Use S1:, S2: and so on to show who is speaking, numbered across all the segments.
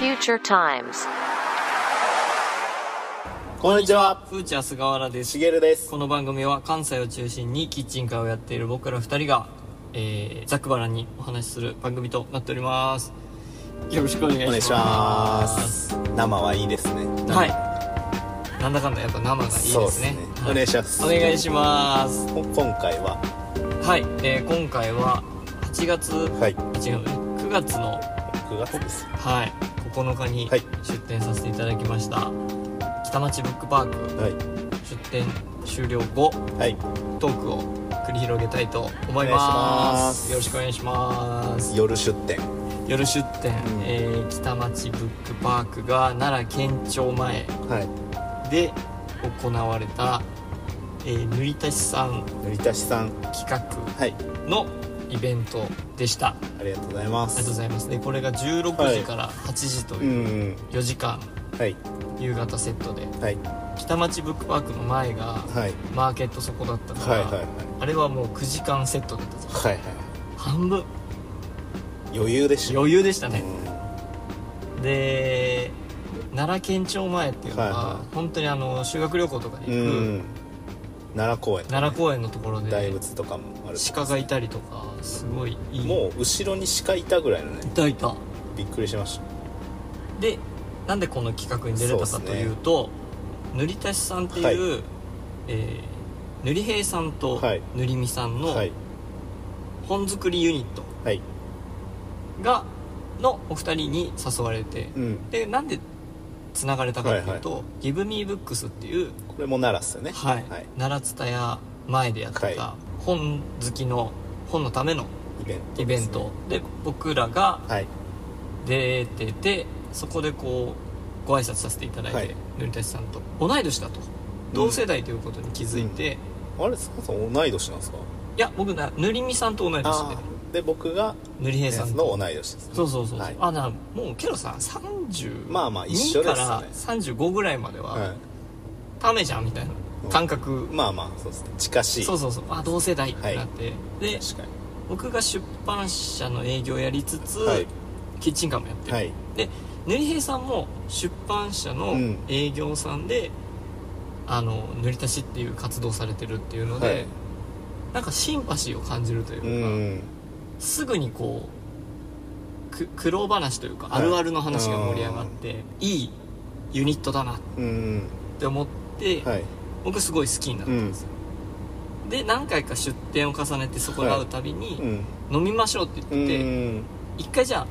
S1: Future Times.
S2: こんにちは、
S3: フーチャー菅原です
S2: しげるです。
S3: この番組は関西を中心にキッチンカーをやっている僕ら2人が、えー、ザックバランにお話しする番組となっておりますよろしくお願いし
S2: お願い
S3: ます
S2: します。生はいいですね。
S3: はいなんだかんだやっぱ生がいい
S2: そう
S3: で
S2: ですす
S3: ね
S2: ね
S3: は
S2: お願いします
S3: お願いします
S2: こ今回は、
S3: はい、えー、今回は8月、
S2: はい、
S3: 違うね9月の
S2: 9月です。
S3: はい9日に
S2: はい
S3: 出店させていただきました、北町ブックパーク
S2: はい、
S3: 出店終了後
S2: はい、
S3: トークを繰り広げたいと思い
S2: お願いし
S3: ま
S2: ますす
S3: よろしくお願いします
S2: 夜出店。
S3: 夜出店、
S2: うん
S3: えー北町ブックパークが奈良県庁前
S2: はい、
S3: で行われた、えー、塗り足しさん
S2: 塗り足しさん。
S3: 企画
S2: はい、
S3: のイベントでしたあ
S2: ありがとうございま
S3: りがとうご
S2: す。
S3: ざいますでこれが16時から8時と
S2: う、
S3: いうん4時間
S2: はい、
S3: 夕方セットで
S2: はい、
S3: 北町ブックパークの前が
S2: はい、
S3: マーケットそこだったか
S2: はい、
S3: ら、
S2: はい、はい、
S3: あれはもう9時間セットだったじゃん
S2: はい、はい。
S3: 半分
S2: 余裕でしょ。
S3: 余裕でしたね、
S2: うん
S3: で奈良県庁前っていうのは、
S2: はいは
S3: 本当にあの修学旅行とかに
S2: う
S3: 行く
S2: ん、奈良公園。
S3: 奈良公園のところ
S2: 大
S3: で
S2: 仏とかもある。
S3: 鹿がいたりとかすごいいい
S2: もう後ろに鹿いたぐらいの
S3: い
S2: ね、
S3: たいた
S2: びっくりしまし
S3: でなんでこの企画に出れた
S2: そう
S3: か
S2: っす
S3: と
S2: ね
S3: いうと塗り足しさんっていう、えー塗り平さんと
S2: はい
S3: 塗りみさん
S2: た。
S3: の
S2: はい、
S3: 本作りユニット
S2: はい、
S3: がのお二人に誘われて、
S2: うん、
S3: でなんでつながれたかっていうと「GiveMeBooks」っていう
S2: これも奈良っすよね。
S3: はい、
S2: はい、
S3: 奈良蔦屋前でやってた、
S2: は
S3: 本好きの本のための
S2: イベント。
S3: イベントで,、僕らが
S2: はい、
S3: 出ててそこでこうご挨拶させていただいて、
S2: はい
S3: 塗りたしさんと同い年だと同世代ということに気づいて、
S2: あれ、坂さん同い年なんですか。
S3: いや僕な塗りみさんと同い年で
S2: あーで僕が
S3: 塗り平
S2: 皆
S3: さ
S2: さ
S3: ん
S2: んの同
S3: と
S2: い年です、ね、
S3: そうそうそう、
S2: はい
S3: あなもうけどさ30
S2: まあまあ一緒ですね
S3: から35ぐらいまでは、
S2: は
S3: ためじゃんみたいな感覚
S2: い、、まあまあそうですね近しい
S3: そうそうそうあ同世代ってなって、で
S2: 確か
S3: 僕が出版社の営業やりつつ、
S2: にはい
S3: キッチンカーもやってる、
S2: はい
S3: で塗り平さんも出版社の
S2: うん
S3: 営業さんで、あの塗り足しっていう活動されてるっていうので、
S2: はい
S3: なんかシンパシーを感じるという
S2: う
S3: か、
S2: ん
S3: すぐにこうく苦労話というか、
S2: はい
S3: あるあるの話が盛り上がっていいユニットだなっ
S2: うん
S3: て思って、
S2: はい
S3: 僕すごい好きになったんですよ、で何回か出店を重ねてそこで会うたびに、
S2: うん
S3: 飲みましょうって
S2: う
S3: 言って、
S2: ん
S3: 一回じゃあ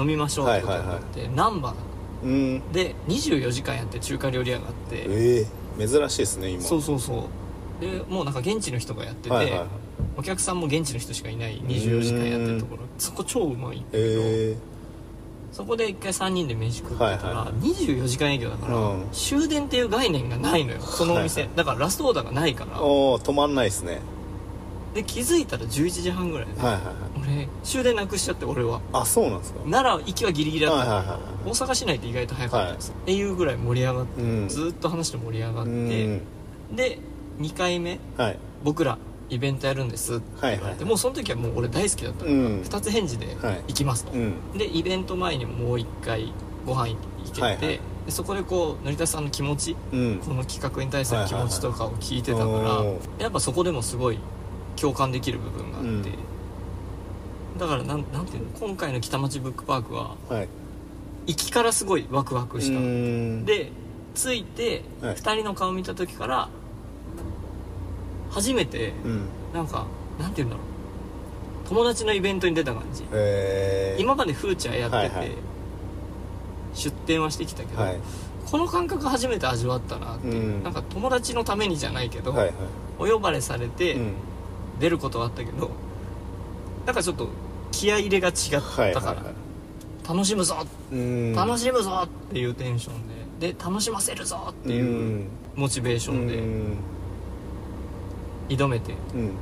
S3: 飲みましょうってことになって、難波
S2: うん
S3: で24時間やって中華料理屋があって、
S2: ええ珍しいですね今
S3: そううそうそうでもうなんか現地の人がやってて、
S2: はいはいはい
S3: お客さんも現地の人しかいない24時間やってるところそこ超うまいんだけど、
S2: え
S3: そこで一回3人で飯食ってたら、
S2: はいは
S3: 24時間営業だ
S2: え
S3: から、
S2: うん
S3: 終電っていう概念がないのよそのお店、
S2: はい
S3: だからラストオーダーがないから
S2: おお止まんないですね
S3: で気づいたら11時半ぐらいで、
S2: はいはいはい
S3: 俺終電なくしちゃって俺は
S2: あそうなんですかはい
S3: 奈良行きはギリギリだ
S2: は
S3: ったの
S2: いはい
S3: 大
S2: は
S3: 阪市内って意外と早かったんですよ、っていうぐらい盛り上がって
S2: いうん
S3: ずーっと話して盛り上がっ
S2: う
S3: て、
S2: ん
S3: で2回目
S2: はい
S3: 僕らイベントやるんですって言われて、
S2: はいはい
S3: もうその時はもう俺大好きだった
S2: う
S3: の、
S2: ん
S3: 2つ返事で
S2: はい
S3: 行きますと、
S2: うん
S3: でイベント前にももう1回ご飯行けて、
S2: はいはい
S3: でそこでこう成田さんの気持ち
S2: うん
S3: この企画に対する気持ちとかを聞いてたから、
S2: はいはいはいお
S3: やっぱそこでもすごい共感できる部分があって、
S2: うん
S3: だからなんなんていうの今回の北町ブックパークは
S2: はい
S3: 行きからすごいワクワクした、
S2: うん
S3: で着いて
S2: はい
S3: 2人の顔見た時から初めて
S2: うん
S3: なんかなんて言うんだろう友達のイベントに出た感じ
S2: ええ
S3: 今までフーチャーやってて、
S2: はいはい
S3: 出店はしてきたけど、
S2: はい
S3: この感覚初めて味わったなっていう、
S2: うん
S3: なんか友達のためにじゃないけど、
S2: はいは
S3: お呼ばれされて
S2: いうん
S3: 出ることはあったけど、なんかちょっと気合い入れが違った
S2: は
S3: か
S2: い
S3: ら、
S2: はいはい
S3: 楽しむぞ、
S2: うん
S3: 楽しむぞっていうテンションでで楽しませるぞっていう、
S2: ん
S3: モチベーション
S2: う
S3: で
S2: ん
S3: 挑めて
S2: うん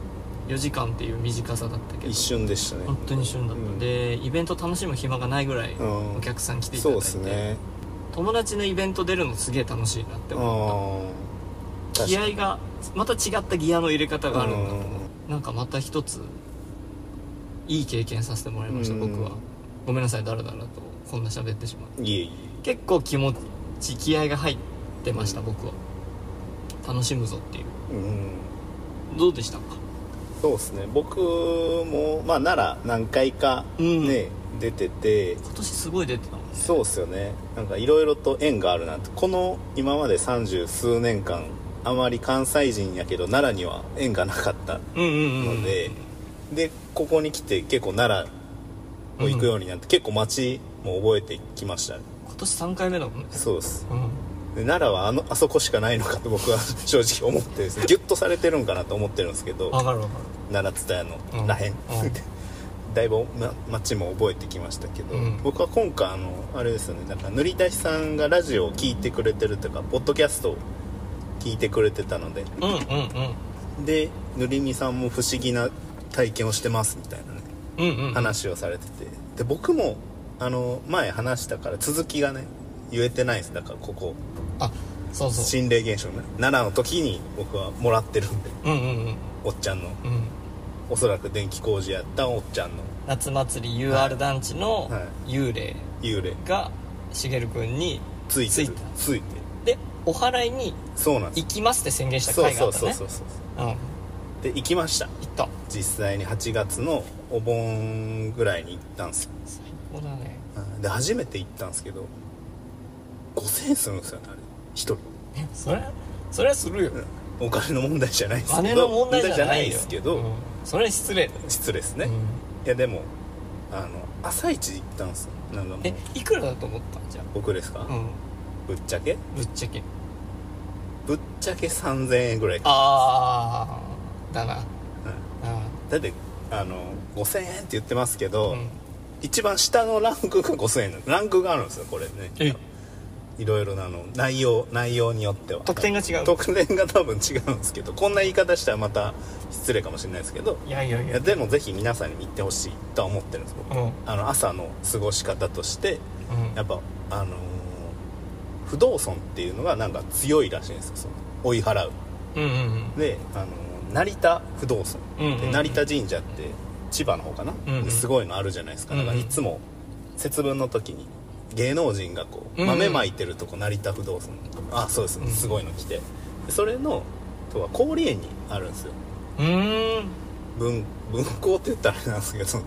S3: 4時間っていう短さだったけど
S2: 一瞬でしたね
S3: 本当に一瞬だった、
S2: うん
S3: でイベント楽しむ暇がないぐらい
S2: うん
S3: お客さん来ていた
S2: そ
S3: だ
S2: う
S3: い
S2: で
S3: て、
S2: すね
S3: 友達のイベント出るのすげえ楽しいなって
S2: うん
S3: 思っ
S2: 確か
S3: た
S2: に
S3: 気合がまた違ったギアの入れ方があるんだと思
S2: うん
S3: うなんかまた一ついい経験させてもらいました、
S2: うん
S3: 僕はごめんなさいだらだらとこんな喋ってしまう
S2: いえい
S3: 結構気持ち気合が入ってました僕は楽しむぞっていう
S2: えうん
S3: どうでしたか
S2: そうですね僕もまあ奈良何回かね、
S3: うん
S2: 出てて
S3: 今年すごい出てたもんね
S2: そうっすよねなんかいろいろと縁があるなってこの今まで三十数年間あまり関西人やけど奈良には縁がなかった
S3: うんうんうん
S2: ので、でここに来て結構奈良を行くようになって、結構街も覚えてきましたね
S3: 今年3回目だもんね
S2: そうです
S3: うん
S2: で奈良はあのあそこしかないのかと僕は正直思ってですねギュッとされてるんかなと思ってるんですけど
S3: わかるわか
S2: 奈良津田屋の
S3: うん
S2: らへん、
S3: うん
S2: だいぶ、ま、街も覚えてきましたけど、
S3: うん
S2: 僕は今回あのあれですよねなんか塗りたしさんがラジオを聞いてくれてるというかポッドキャストを聞いてくれてたので
S3: るうんうんうん
S2: で塗りみさんも不思議な体験をしてますみたいなね
S3: うんうん
S2: 話をされててで僕もあの前話したから続きがね言えてないんですだからここ
S3: あそうそう
S2: 心霊現象ね奈良の時に僕はもらってるんで
S3: うんうんうん
S2: おっちゃんの
S3: うん
S2: おそらく電気工事やったおっちゃんの
S3: 夏祭り UR 団地の
S2: は
S3: 幽霊
S2: 幽霊
S3: がしげるくんに
S2: ついてる
S3: ついた
S2: ついてる
S3: でお祓いに
S2: そうなんです
S3: 行きますって宣言した
S2: そう
S3: 回が
S2: そ
S3: あ
S2: う
S3: った
S2: そう
S3: ね
S2: そうそう
S3: うん行
S2: で行きました
S3: った
S2: 実際に8月のお盆ぐらいに行ったんですよ
S3: 最高だね
S2: で初めて行ったんですけど5000円するんですよねあれ一人
S3: えそれそれはするよ
S2: お金の問題じゃないですけど
S3: 金の問題じゃないよ
S2: ですけど、
S3: うんそれは失礼だ
S2: 失礼ですね、
S3: う
S2: い
S3: ん
S2: やでもあの朝一行ったんですよなんかもう
S3: えいくらだと思ったじゃ
S2: 僕ですか、
S3: あうん
S2: ぶっちゃけ
S3: ぶっちゃけ
S2: ぶっちゃけ3000円ぐらい
S3: ああだ
S2: うん
S3: なあ
S2: だってあの5000円って言ってますけ
S3: ー
S2: ど、
S3: うん
S2: 一番下のランクが5000円なんですランクがあるんですよこれ
S3: え
S2: ねいろいろなあの内容内容によっては
S3: 得点が違う
S2: 得点が多分違うんですけどこんな言い方したらまた失礼かもしれないですけど
S3: いやいやい
S2: い
S3: や
S2: やでもぜひ皆さんに見てほしいとは思ってるんです僕
S3: うんうん
S2: あの朝の過ごし方としてやっぱあのー不動尊っていうのがなんか強いらしいんですよその追い払う
S3: うんうんうん
S2: で、あのー成田不動尊、
S3: うんうんうん
S2: で成田神社って千葉の方かな、
S3: うんうん
S2: すごいのあるじゃないですかだか
S3: うん
S2: ら
S3: うん
S2: いつも節分の時に芸能人がこ
S3: う
S2: うん
S3: うん
S2: 豆まいてるとこ成田不動尊あそうです、
S3: うん
S2: すごいの来てでそれのとは郡園にあるんですよ
S3: うーん
S2: 文文校って言ったらあれなんですけど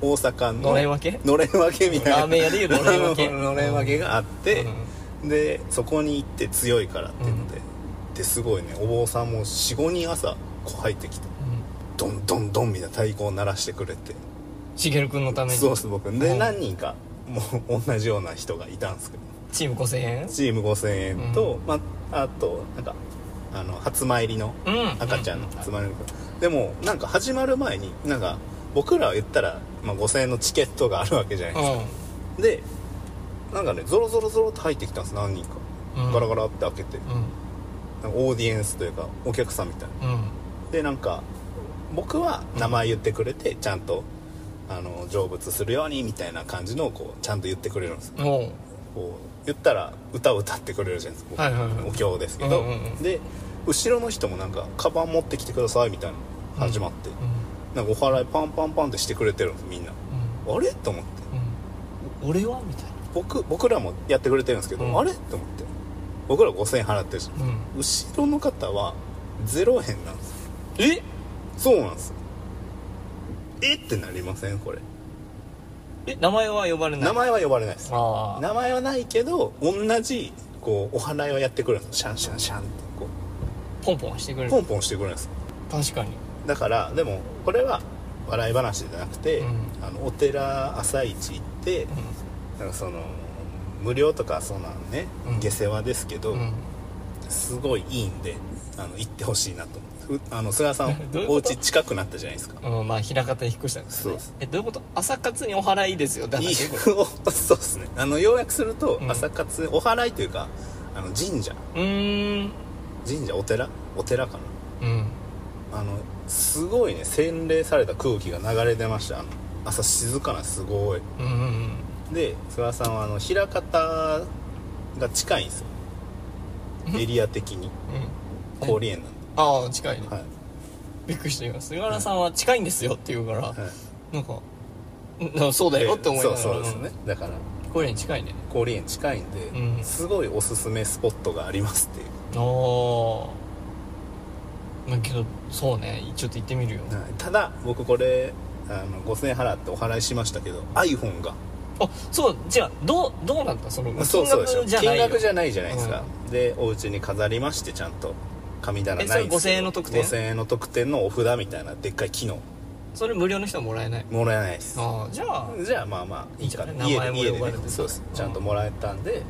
S2: 大阪の
S3: のれん分け
S2: のれん分けみたいな
S3: ラーメン屋でいうのれん分け
S2: のれん分けがあって
S3: うん、
S2: でそこに行って強いからっていうので、ですごいねお坊さんも45人朝こう入ってきてドンドンドンみたいな太鼓を鳴らしてくれて
S3: しげるくんのために
S2: そうです僕
S3: う
S2: で
S3: ん
S2: 何人かもう同じような人がいたんですけど
S3: チーム5000円
S2: チーム5000円と、まあ、あとなんかあの初参りの
S3: うん
S2: 赤ちゃんの集まるでもなんか始まる前になんか僕らは言ったら、まあ、5000円のチケットがあるわけじゃないですか、
S3: う
S2: でなんかねゾロゾロゾロって入ってきたんです何人か、
S3: んうん
S2: ガラガラって開けてなんかオーディエンスというかお客さんみたいな
S3: うんうん
S2: でなんか僕は名前言ってくれてちゃんとあの成仏するようにみたいな感じのをこうちゃんと言ってくれるんです
S3: おう
S2: こう言ったら歌を歌ってくれるじゃないですか、
S3: はいはいはい
S2: お経ですけど、
S3: うんうんうん
S2: で後ろの人もなんか「カバン持ってきてください」みたいなの始まって、なんかお祓いパンパンパンってしてくれてるんですみんな
S3: うんうん
S2: あれと思って
S3: うん俺はみたい
S2: 僕僕らもやってくれてるんですけど、
S3: うん
S2: あれと思って僕ら5000円払ってるじゃん
S3: な、うん、
S2: 後ろの方は0円なんですよ
S3: え
S2: そうなんですよえってなりませんこれ
S3: え名前は呼ばれない
S2: 名前は呼ばれないです
S3: ああ
S2: 名前はないけど同じこうお祓いをやってくるんですシャンシャンシャンってこ
S3: ポンポンしてくれ
S2: う
S3: る
S2: ポンポンしてくるんです
S3: 確かに
S2: だからでもこれは笑い話じゃなくて、
S3: うん
S2: あのお寺朝市行って、なんかその無料とかそんなんね、
S3: うん
S2: 下世話ですけど、
S3: うん、うん
S2: すごいいいんであの行ってほしいなと思ってふあの菅さん
S3: どういう
S2: お
S3: こと
S2: 家近くなったじゃないですか
S3: うん、まあ平方に引っ越したんです
S2: そうです
S3: えどういうこと朝活にお祓いですよだ
S2: い
S3: から
S2: いそうですねあの要約すると、
S3: うん
S2: 朝活お祓いというかあの神社
S3: うーん
S2: 神社お寺お寺か
S3: うん
S2: なあのすごいね洗礼された空気が流れてましたあの朝静かなすごい
S3: うんうんうん
S2: で菅さんはあの枚方が近いんですよエリア的に
S3: うん
S2: 郡園なんで、
S3: ああ近いね、
S2: はい
S3: びっくりして今菅原さんは近いんですよって言うから、
S2: はい
S3: なんかんなんかそうだよって思いながら
S2: そうそうですねだから
S3: うん氷園近いね
S2: 氷園近いんで、
S3: うん
S2: すごいおすすめスポットがありますっていう
S3: あーだけどそうねちょっと行ってみるよ
S2: はいただ僕これあの5000円払ってお払いしましたけど iPhone が
S3: あそうじゃあどうどうなんだその金額じゃな
S2: 金
S3: いよ
S2: 額じゃないじゃないですか、でお家に飾りましてちゃんと神棚ないんですけど
S3: えそれ5000円の特典
S2: 5000円の特典のお札みたいなでっかい機能
S3: それ無料の人はもらえない
S2: もらえないです
S3: ああじゃあ
S2: じゃあまあまあいいかな
S3: じゃあ名前も
S2: 家で
S3: 呼ば
S2: 家で
S3: れて
S2: ね
S3: る
S2: そうです
S3: うん
S2: ちゃんともらえたんで、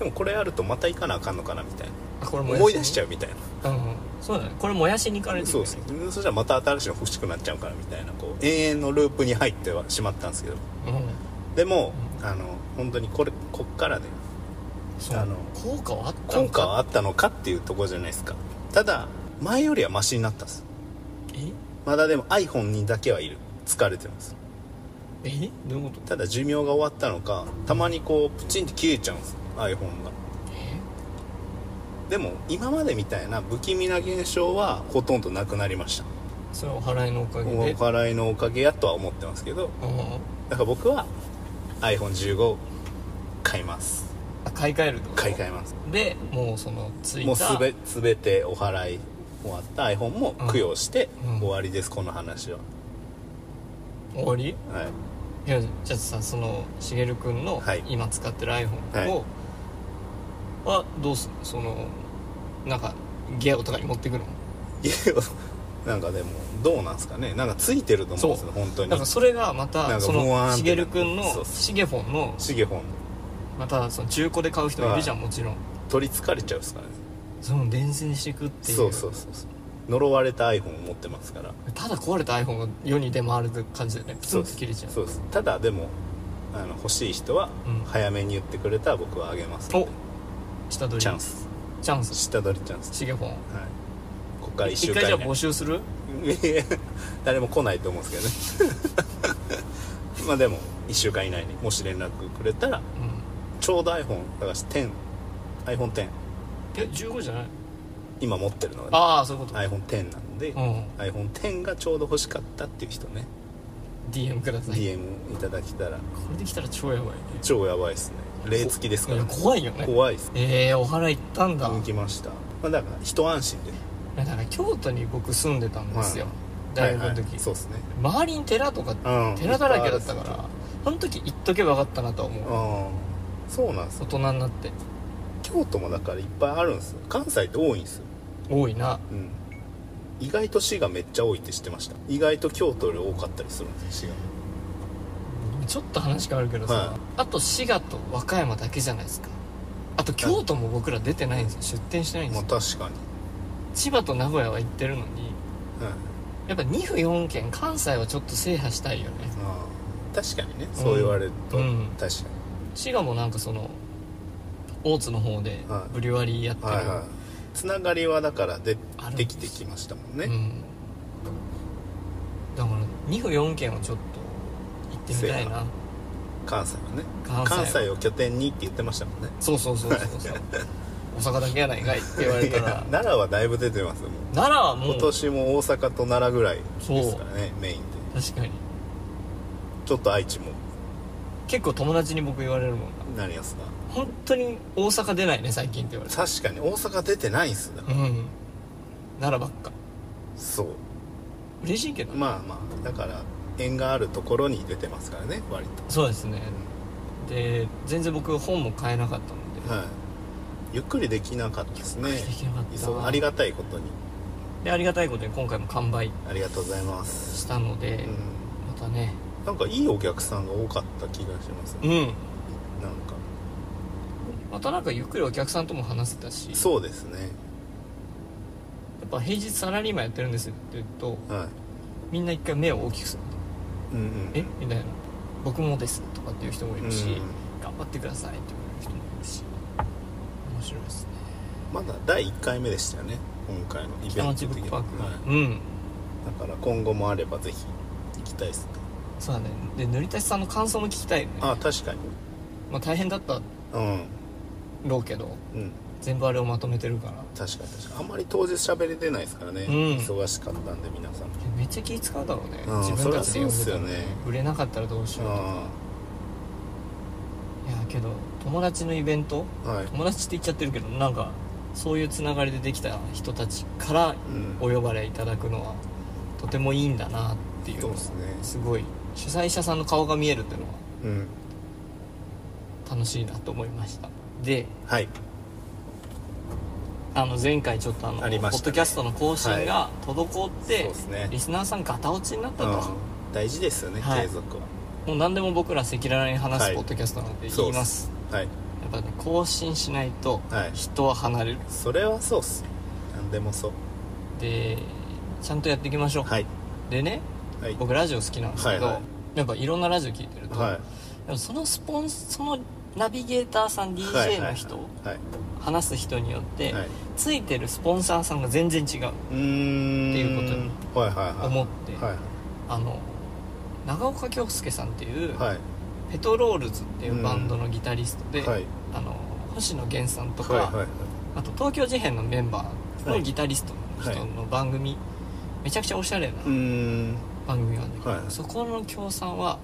S2: でもこれあるとまた行かなあかんのかなみたい
S3: あこれ
S2: な
S3: もやし
S2: 思い出しちゃうみたいな
S3: うんそうだねこれもやしに行かれてる
S2: そうですねそしたらまた新しいの欲しくなっちゃうからみたいなこう永遠のループに入ってはしまったんですけど
S3: うん
S2: でも、
S3: う
S2: あの本当にこれこっからね
S3: そう
S2: あの
S3: 効果はあったの
S2: 効
S3: か
S2: 果はあったのかっていうところじゃないですかただ前よりはマシになったんです
S3: え
S2: まだでも iPhone にだけはいる疲れてます
S3: えどういうこと
S2: ただ寿命が終わったのかたまにこうプチンって消えちゃうんです iPhone が
S3: え
S2: でも今までみたいな不気味な現象はほとんどなくなりました
S3: それはお払いのおかげ
S2: お
S3: で
S2: 払いのおかげやとは思ってますけど
S3: うん
S2: だから僕は iPhone15 買います
S3: あ買い替えると
S2: 買い替えます
S3: でもうそのついた
S2: もうすべ全てお払い終わった iPhone も供養して
S3: うん
S2: 終わりです、この話は
S3: 終わり
S2: はい
S3: いやじゃあさそのしげるくんの
S2: はい
S3: 今使ってる iPhone を、はどうすんのそのなんかゲオとかに持ってくの
S2: いや なんかでもどうなんすかねなんかついてると思うんですよ本当に
S3: なんかそれがま
S2: なん
S3: た
S2: か
S3: そ
S2: ふわーんっ
S3: の
S2: て
S3: しげるくんの
S2: そうそう
S3: しげフォンの
S2: シゲホン
S3: またその中古で買う人いるじゃんもちろん
S2: 取りつかれちゃうっすからね
S3: その伝染していくっていう
S2: そうそうそうそう呪われた iPhone を持ってますから
S3: ただ壊れた iPhone が世に出回るって感じだよねプツンと切れちゃう
S2: そうですただでもあの欲しい人は
S3: うん
S2: 早めに言ってくれたら僕はあげます
S3: お下取り
S2: チャンス
S3: チャンス
S2: 下取りチャンス
S3: シゲフォン
S2: はいこっから1
S3: 一
S2: 週
S3: 回じゃ
S2: 間
S3: あ募集する
S2: 以内いや 誰も来ないと思うんですけどね まあでも1週間以内にもし連絡くれたら
S3: うん
S2: ちょうど iPhone だから10 iPhone10
S3: え15じゃない
S2: 今持ってるのが、ね、
S3: ああそういうこと
S2: iPhone10 なんで、
S3: うん
S2: iPhone10 がちょうど欲しかったっていう人ね
S3: DM ください
S2: DM いただけたら
S3: これできたら超やばいね
S2: 超やばいっすね霊付きですから、
S3: いや怖いよね
S2: 怖いっす
S3: ええお祓い行ったんだ、
S2: 行
S3: い
S2: きました、まあ、だから一安心で
S3: やだから京都に僕住んでたんですよ、
S2: は
S3: 大学の時、
S2: はいはいそうですね
S3: 周りに寺とか
S2: うん
S3: 寺だらけだった
S2: い
S3: か
S2: ぱいあるっ
S3: らその時行っとけばよかったなとは思
S2: す
S3: う
S2: ようんそうなんです
S3: 大
S2: よ
S3: 人になって
S2: 京都もだからいっぱいあるんですよ関西って多いんですよ、
S3: 多いな
S2: うん、意外と市がめっちゃ多いって知ってました意外と京都より多かったりするんですよ
S3: ちょっと話変わるけどさ、
S2: はい
S3: あと滋賀と和歌山だけじゃないですかあと京都も僕ら出てないんですよ出店してないん
S2: 市
S3: です
S2: がまあ
S3: よ
S2: 確かに、
S3: 千葉と名古屋は行ってるのに
S2: うん
S3: やっぱ2府4県関西はちょっと制覇したいよね
S2: まあ、確かにねそう言われると、
S3: うん
S2: 確か
S3: 滋賀もなんかその大津の方で
S2: はい
S3: ブリュワリーやって
S2: に
S3: る、
S2: はいはいつながりはだからで
S3: ある
S2: できてきましたもんね、
S3: うん、だから2府4県をちょっと行ってみたいな
S2: 関西はね
S3: 関西は
S2: 関西を拠点にって言ってましたもんね
S3: そうそうそうそう そう大阪だけやないかいって言われた
S2: いや
S3: ら
S2: 奈良はだいぶ出てますよもう
S3: 奈良はもう
S2: 今
S3: 確
S2: 年も大阪と奈良ぐらいですからねメインで
S3: かに
S2: ちょっと愛知も
S3: 結構友達に僕言われるもんな
S2: なりやすが
S3: 本当に大阪出ないね最近って言われた
S2: 確かに大阪出てないんすだから
S3: うん奈良ばっか
S2: そう
S3: 嬉しいけど、
S2: まあまあだから縁があるところに出てますからね割
S3: そうですねで全然僕本も買えなかったので
S2: とはいゆっくりできなかったですね
S3: できなかった
S2: そう
S3: わ
S2: ありがたいことに
S3: でありがたいことに今回も完売
S2: ありがとうございます
S3: したので、
S2: うん
S3: またね
S2: なんかいいお客さんが多かった気がしますね
S3: うん
S2: なんか
S3: またなんかゆっくりお客さんとも話せたしや
S2: そうですね
S3: っぱ平日サラリーマンやってるんですって言うと
S2: は
S3: みんな一回目を大きくする
S2: いうんうん
S3: えみたいな僕もですとかっていう人もいるし、
S2: うん
S3: 頑張ってくださいって言われる人もいるし面白いですね
S2: まだ第1回目でしたよね今回のイベント
S3: 北町ブッ
S2: 的
S3: ク
S2: に
S3: パーク、
S2: はい
S3: うん
S2: だから今後もあればぜひ行きたいですね
S3: そうだねで塗り足しさんの感想も聞きたいよね
S2: あ確かに
S3: まあ、大変だった
S2: うん
S3: ろうけど
S2: うん
S3: 全部あれをまとめてるから
S2: 確かに確かにあんまり当日喋れてないですからね、
S3: うん
S2: 忙しかったんで皆さん
S3: めっちゃ気使うだろうね、
S2: うん
S3: 自分たちで読
S2: そりゃそうっすよ
S3: むと
S2: ね
S3: 売れなかったらどうしようとか
S2: あ
S3: いやけど友達のイベント
S2: はい
S3: 友達って言っちゃってるけどなんかそういうつながりでできた人たちから
S2: うん
S3: お呼ばれいただくのはとてもいいんだなっていう
S2: そう
S3: の
S2: で
S3: は
S2: すね
S3: すごい主催者さんの顔が見えるっていうのは
S2: うん
S3: 楽しいなと思いましたで
S2: はい
S3: あの前回ちょっとあの
S2: ありま
S3: ポ
S2: し
S3: ッ
S2: たね
S3: ドキャストの更新が滞って、
S2: そうですね
S3: リスナーさんガタ落ちになったと、
S2: うん大事ですよね、
S3: はい
S2: 継続は
S3: もう何でも僕ら赤裸々に話
S2: は
S3: す
S2: い
S3: ポッドキャストなんで
S2: そ
S3: 言
S2: う
S3: い
S2: っす
S3: ます,、
S2: はい
S3: やっぱね更新しないと
S2: はい
S3: 人は離れる、
S2: それはそうっす何でもそう
S3: でちゃんとやっていきましょう、
S2: はい
S3: でね
S2: はい
S3: 僕ラジオ好きなんですけど、
S2: はいはい
S3: やっぱいろんなラジオ聞いてると、
S2: はい
S3: でもそのスポンそのナビゲーターさん DJ の人、
S2: はいはい
S3: 話す人によって、
S2: はい
S3: ついてるスポンサーさんが全然違う
S2: うーん
S3: っていうことに
S2: はいはいはい
S3: 思って
S2: はい
S3: あの長岡京介さんっていう、
S2: はい
S3: ペトロールズっていうバンドのギタリストで、
S2: はい
S3: あの星野源さんとか、
S2: はいはい
S3: あと東京事変のメンバーのギタリストの人の番組、めちゃくちゃおしゃれな
S2: うーん
S3: 番組なんだけど、
S2: はい
S3: そこの協賛は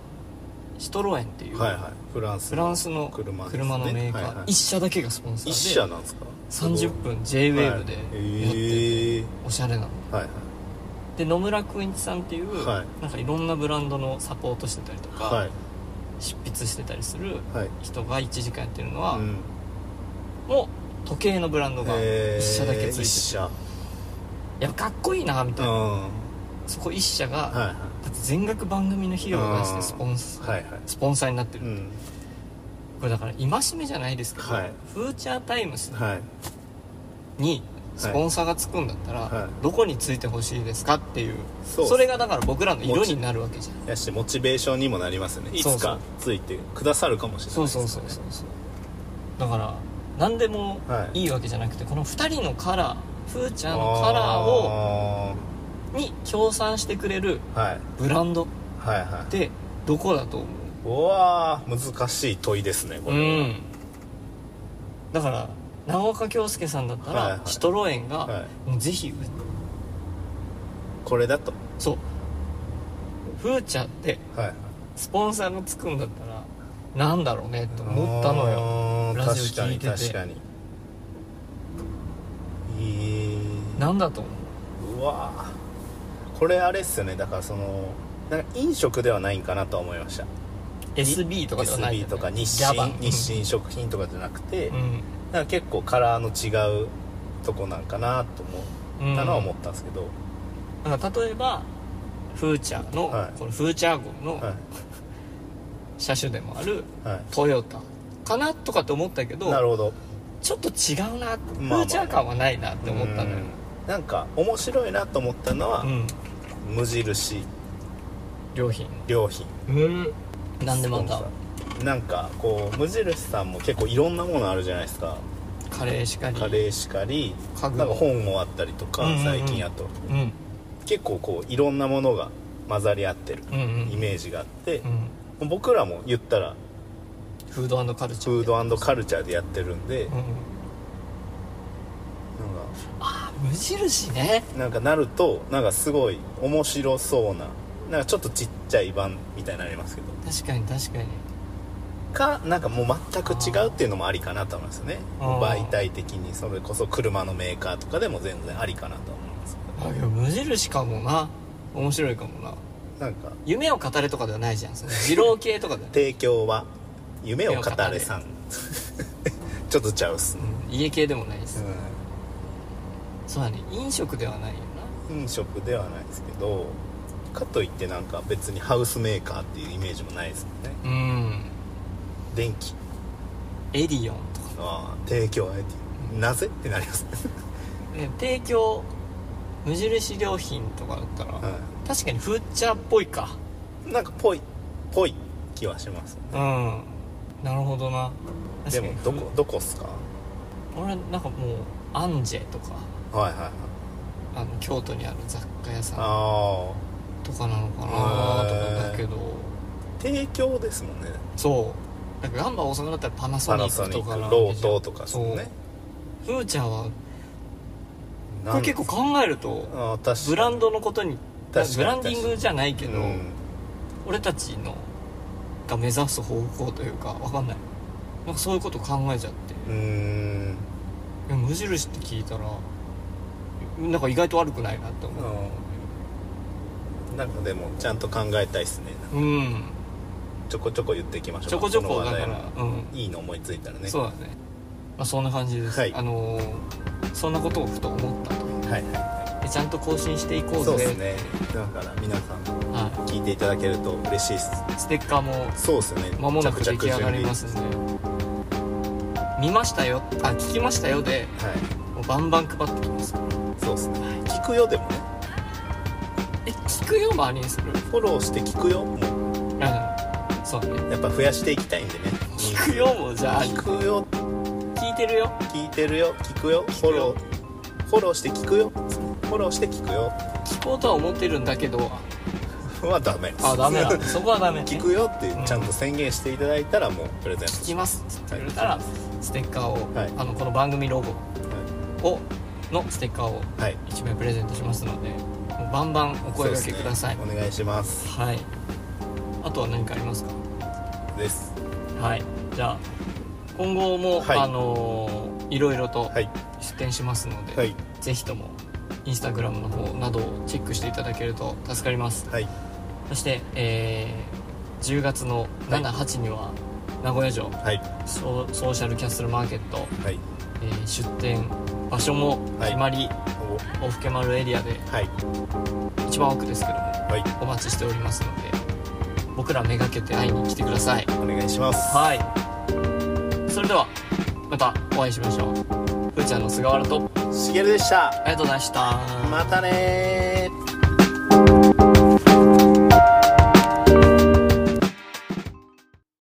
S3: シトロエンっていう、
S2: はいはいフランス
S3: フランスの
S2: 車ですね
S3: 車のメーカー、
S2: はいはい
S3: 1社だけがスポンサ
S2: 一社
S3: ーで
S2: なんですか
S3: 30分 JWAVE でやって
S2: ええ
S3: おしゃれなの
S2: ー、はい
S3: で野村くんいちさんっていう、
S2: はい
S3: なんかいろんなブランドのサポートしてたりとか、
S2: はい
S3: 執筆してたりする
S2: はいはい
S3: 人が1時間やってるのは、
S2: うん
S3: もう時計のブランドが
S2: えー
S3: 1社だけついてて、
S2: 一社
S3: いやかっこいいなみ
S2: う
S3: たい
S2: ん
S3: な、
S2: は
S3: そこ1社が、
S2: いはい
S3: だって全額番組の費用を出し
S2: う
S3: て
S2: ん
S3: スポンス,、
S2: はいはい
S3: スポンサーになってる、
S2: うん
S3: これだから戒めじゃないですけど、
S2: はい
S3: フーチャータイムス
S2: はい
S3: にスポンサーがつくんだったら、
S2: はい
S3: どこについてほしいですかっていう
S2: そうっす
S3: れがだから僕らの色になるわけじゃん
S2: やしモチベーションにもなりますよねい
S3: そう
S2: つ
S3: そう
S2: かついてくださるかもしれない
S3: そう
S2: です
S3: そ
S2: ね
S3: うそうそうそうだから何でも
S2: はい
S3: いいわけじゃなくてこの2人のカラーフーチャーのカラーを
S2: あ
S3: に協賛してくれる
S2: ーはい
S3: ブランドっ
S2: はいはい
S3: てどこだと思
S2: うわー難しい問いですね
S3: う
S2: こ
S3: う
S2: れは、
S3: んだから長岡京介さんだったら、
S2: はいはい
S3: シトロエンが、
S2: は
S3: もうぜひ
S2: これだと
S3: そうフーチャーって
S2: はいはい
S3: スポンサーがつくんだったらなんだろうねと思ったのよ
S2: よ
S3: ラジオ聞いてて
S2: 確かに確かにえ
S3: なんだと思
S2: ー、うわーこれあれっすよねだからそのなんか飲食ではないんかなとは思いました
S3: う SB とかではないよ
S2: SB
S3: ね
S2: とか日
S3: ジャバ
S2: 清日清食品とかじゃなくて、
S3: うん
S2: なんか結構カラーの違うとこなんかなと思
S3: うん
S2: ったのは思ったんですけど、
S3: なんか例えばフーチャーの、
S2: はい
S3: このフーチャー号の
S2: は
S3: 車種でもある
S2: いはい
S3: トヨタかなとかって思ったけど
S2: なるほど
S3: ちょっと違うな、
S2: まあ
S3: フーチャー感はないなって思ったのよ
S2: うんなんか面白いなと思ったのは、
S3: うん
S2: 無印
S3: 良品
S2: 良品
S3: うんなんでまた
S2: なんかこう無印さんも結構いろんなものあるじゃないですか
S3: カレーしかり
S2: カレーしかり
S3: 家具
S2: なんか本もあったりとか、
S3: うんうんうん
S2: 最近あと
S3: うん
S2: 結構こういろんなものが混ざり合ってる
S3: うんうん
S2: イメージがあって
S3: う、ん
S2: 僕らも言ったら
S3: フードカルチャー
S2: フードカルチャーでやってるんで、
S3: うんあ無印ね
S2: なんかなんかなるとなんかすごい面白そうななんかちょっとちっちゃい版みたいになりますけど
S3: 確かに確かに
S2: かなんかもう全く違うっていうのもありかなと思いますよね
S3: あー
S2: 媒体的にそれこそ車のメーカーとかでも全然ありかなと思います
S3: あいや無印かもな面白いかもな
S2: けどなんか
S3: 夢を語れとかではないじゃんその二郎系とか で
S2: 提供は夢を語れさん ちょっとちゃうっすね、
S3: 家系でもないです、そうだね飲食ではないよ
S2: 飲食ではないですけどかといってなんか別にハウスメーカーっていうイメージもないですもんね
S3: なうん
S2: 電気
S3: エディオンとか
S2: あー提供あえてなぜってなりますね、
S3: ね提供無印良品とかだったら、
S2: は
S3: 確かにフーチャーっぽいか
S2: い、なんかぽいぽい気はします
S3: うんなるほどな
S2: で
S3: 確か
S2: も
S3: に
S2: どこどこっすか
S3: 俺なんかもうアンジェとか
S2: はいはいはい
S3: あの京都にある雑貨屋さん
S2: ああ
S3: とかなのかなと
S2: へ
S3: か
S2: ー
S3: だけど
S2: 提供ですもんね
S3: そうなんかガンバ大阪だったらパナソ
S2: パ
S3: ニ
S2: ナ
S3: ッ
S2: ソ
S3: クと
S2: ニ
S3: か
S2: ッ
S3: な
S2: クロートとかですもんね
S3: そうフーチャーは
S2: な
S3: こ
S2: ん
S3: れ結構考えると
S2: あー確
S3: ブラ
S2: ン
S3: ンドのことに
S2: 確かに
S3: ブランディングじゃないけど、
S2: うん
S3: 俺たちのが目指す方向というかわかんないなんかそういうこと考えちゃって
S2: うーん
S3: いや無印って聞いたらなんか意外と悪くないなって思う
S2: うんなんかでもちゃんと考えたいっすね
S3: うん
S2: ちょこちょこ言っていきましょう
S3: ちょこちょこ
S2: の話
S3: だか
S2: 題も
S3: らうん
S2: いいの思いついたらね
S3: そうだね、まあ、そんな感じです、
S2: はい
S3: あのーそんなことをふと思ったと
S2: はいは
S3: でちゃんと更新していこ
S2: いは
S3: う
S2: い
S3: ぜ
S2: そうですねだから皆さん
S3: は
S2: 聞いていただけると嬉しいっす
S3: い、ステッカーも
S2: そうですね
S3: 間もなく出来上がりま
S2: 着
S3: すんで見ましたよあ聞きましたよで
S2: 々準備は
S3: もうバンバン配ってきますから
S2: いそうですね聞くよでもね
S3: え聞くよもありにする
S2: フォローして聞くよも
S3: あそうね
S2: やっぱ増やしていきたいんでね
S3: 聞くよもうじゃあ
S2: 聞くよ
S3: 聞いてるよ
S2: 聞いてるよ聞くよ
S3: 聞
S2: フ
S3: く
S2: ォ
S3: よ
S2: ローフォローして聞くよフォローして聞くよ
S3: 聞こうとは思ってるんだけど
S2: はダメです
S3: あダメ だそこはダメ、ね、
S2: 聞くよってちゃんと宣言していただいたらもうプレゼント
S3: 聞きますって言ってくれたらステッカーを、
S2: はい
S3: あのこの番組ロゴをのステッカーを
S2: はい、はい、
S3: 1名プレゼントしますのでもうバンバンお声掛けください、
S2: そうですねお願いします
S3: はいあとは何かありますか
S2: です
S3: はいじゃあ今後も、
S2: はい
S3: あのーいろいろと
S2: はい
S3: 出店しますので、
S2: はい
S3: ぜひともインスタグラムの方などをチェックしていただけると助かります
S2: はい
S3: そして、えー10月の
S2: はい
S3: 78には名古屋城
S2: はい
S3: ソーソーシャルキャッスルマーケット、
S2: はい
S3: えー出店場所も決まり、大福丸エリアで
S2: おはい
S3: 一番奥ですけども
S2: はい
S3: お待ちしておりますので僕らめがけて会いに来てください
S2: お願いします
S3: はいそれではまたお会いしましょうふーちゃんの菅原と
S2: しげるでした
S3: ありがとうございました
S2: またねー